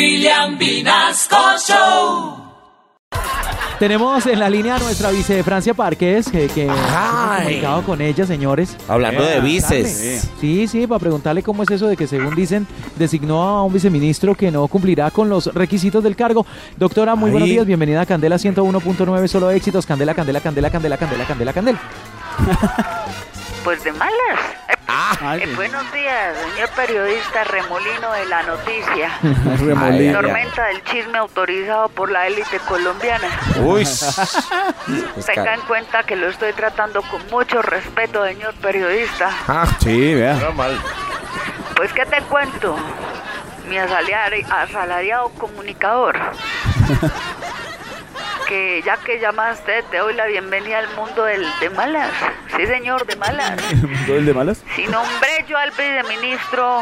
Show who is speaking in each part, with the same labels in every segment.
Speaker 1: William Vinasco Show.
Speaker 2: Tenemos en la línea a nuestra vice Francia Parques, que, que nos hemos
Speaker 1: Ay.
Speaker 2: comunicado con ella, señores.
Speaker 3: Hablando de vices.
Speaker 2: Sí, sí, para preguntarle cómo es eso de que, según dicen, designó a un viceministro que no cumplirá con los requisitos del cargo. Doctora, muy buenos
Speaker 3: Ay.
Speaker 2: días, bienvenida a Candela 101.9, solo éxitos. Candela, Candela, Candela, Candela, Candela, Candela, Candela.
Speaker 4: Pues de malas. Eh, buenos días, señor periodista Remolino de la Noticia.
Speaker 3: Ay,
Speaker 4: Tormenta del chisme autorizado por la élite colombiana.
Speaker 3: ay, ay. Uy. Pues
Speaker 4: Tenga en
Speaker 3: ca-
Speaker 4: cuenta que lo estoy tratando con mucho respeto, señor periodista.
Speaker 3: Ah, sí, vea.
Speaker 4: Pues, ¿qué te cuento? Mi asalari- asalariado comunicador. que ya que llamaste, te doy la bienvenida al mundo del, de malas. Sí, señor, de malas.
Speaker 5: ¿El de malas?
Speaker 4: Si nombré yo al viceministro,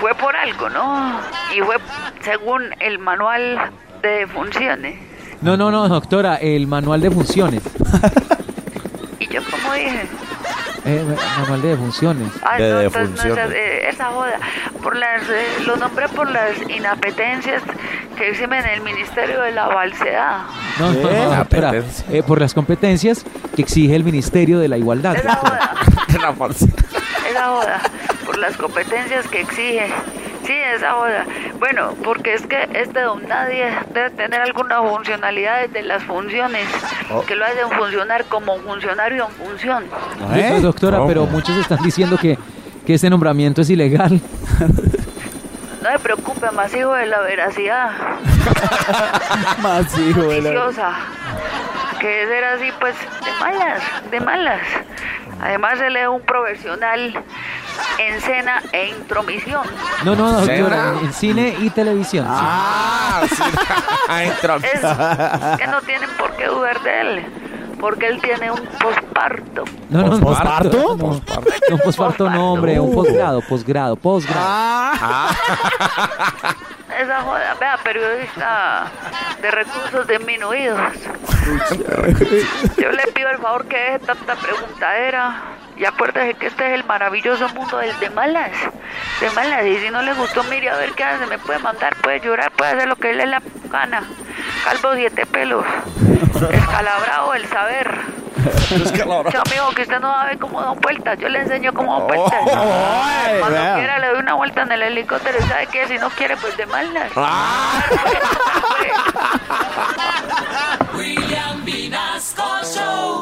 Speaker 4: fue por algo, ¿no? Y fue según el manual de funciones.
Speaker 2: No, no, no, doctora, el manual de funciones.
Speaker 4: Y yo como dije,
Speaker 2: Eh, manual de funciones.
Speaker 4: ah,
Speaker 3: De
Speaker 4: no, entonces no
Speaker 3: defunciones.
Speaker 4: es eh, esa joda. Por las, eh, lo nombré por las inapetencias que eximen el Ministerio de la Balsedad.
Speaker 2: No, no, no, doctora,
Speaker 3: Competencia.
Speaker 2: eh, por las competencias que exige el Ministerio de la Igualdad.
Speaker 4: Esa joda,
Speaker 3: La falsa.
Speaker 4: esa joda. Por las competencias que exige. Sí, esa joda. Bueno, porque es que este don nadie debe tener alguna funcionalidad de las funciones
Speaker 3: Oh.
Speaker 4: que lo hacen funcionar como funcionario en función.
Speaker 2: Yo- Doctora,
Speaker 3: ¿Cómo?
Speaker 2: pero muchos están diciendo que, que este nombramiento es ilegal.
Speaker 4: No se preocupe, más hijo de la veracidad.
Speaker 5: Más hijo de la...
Speaker 4: Viciosa. Que ser así, pues, de malas, de malas. Además, él es un profesional en cena e intromisión.
Speaker 2: No, no, doctora,
Speaker 3: ¿Será?
Speaker 2: en, en cine y televisión. sí.
Speaker 3: Ah, sí. Ay, Trump.
Speaker 4: Es que no tienen por qué dudar de él, porque él tiene un posparto.
Speaker 2: No, no, no,
Speaker 5: ¿Posparto?
Speaker 2: No, no, posparto no, hombre, un posgrado, posgrado, posgrado.
Speaker 4: Esa joda, vea, periodista de recursos disminuidos. Yo le pido el favor que deje tanta preguntadera. Y acuérdese que este es el maravilloso mundo del de malas. De malas. Y si no le gustó, mire a ver qué hace. Me puede mandar, puede llorar, puede hacer lo que le dé la gana. Calvo siete pelos. Escalabrado el saber.
Speaker 3: Es que la hora- Oh.
Speaker 4: Yo, amigo, que usted no sabe cómo dan vueltas. Yo le enseño cómo dan vueltas.
Speaker 3: Ay,
Speaker 4: pues, Cuando
Speaker 3: vea.
Speaker 4: quiera le doy una vuelta en el helicóptero y sabe que si no quiere, pues de malas.
Speaker 3: Ah,
Speaker 1: William Vinasco Show.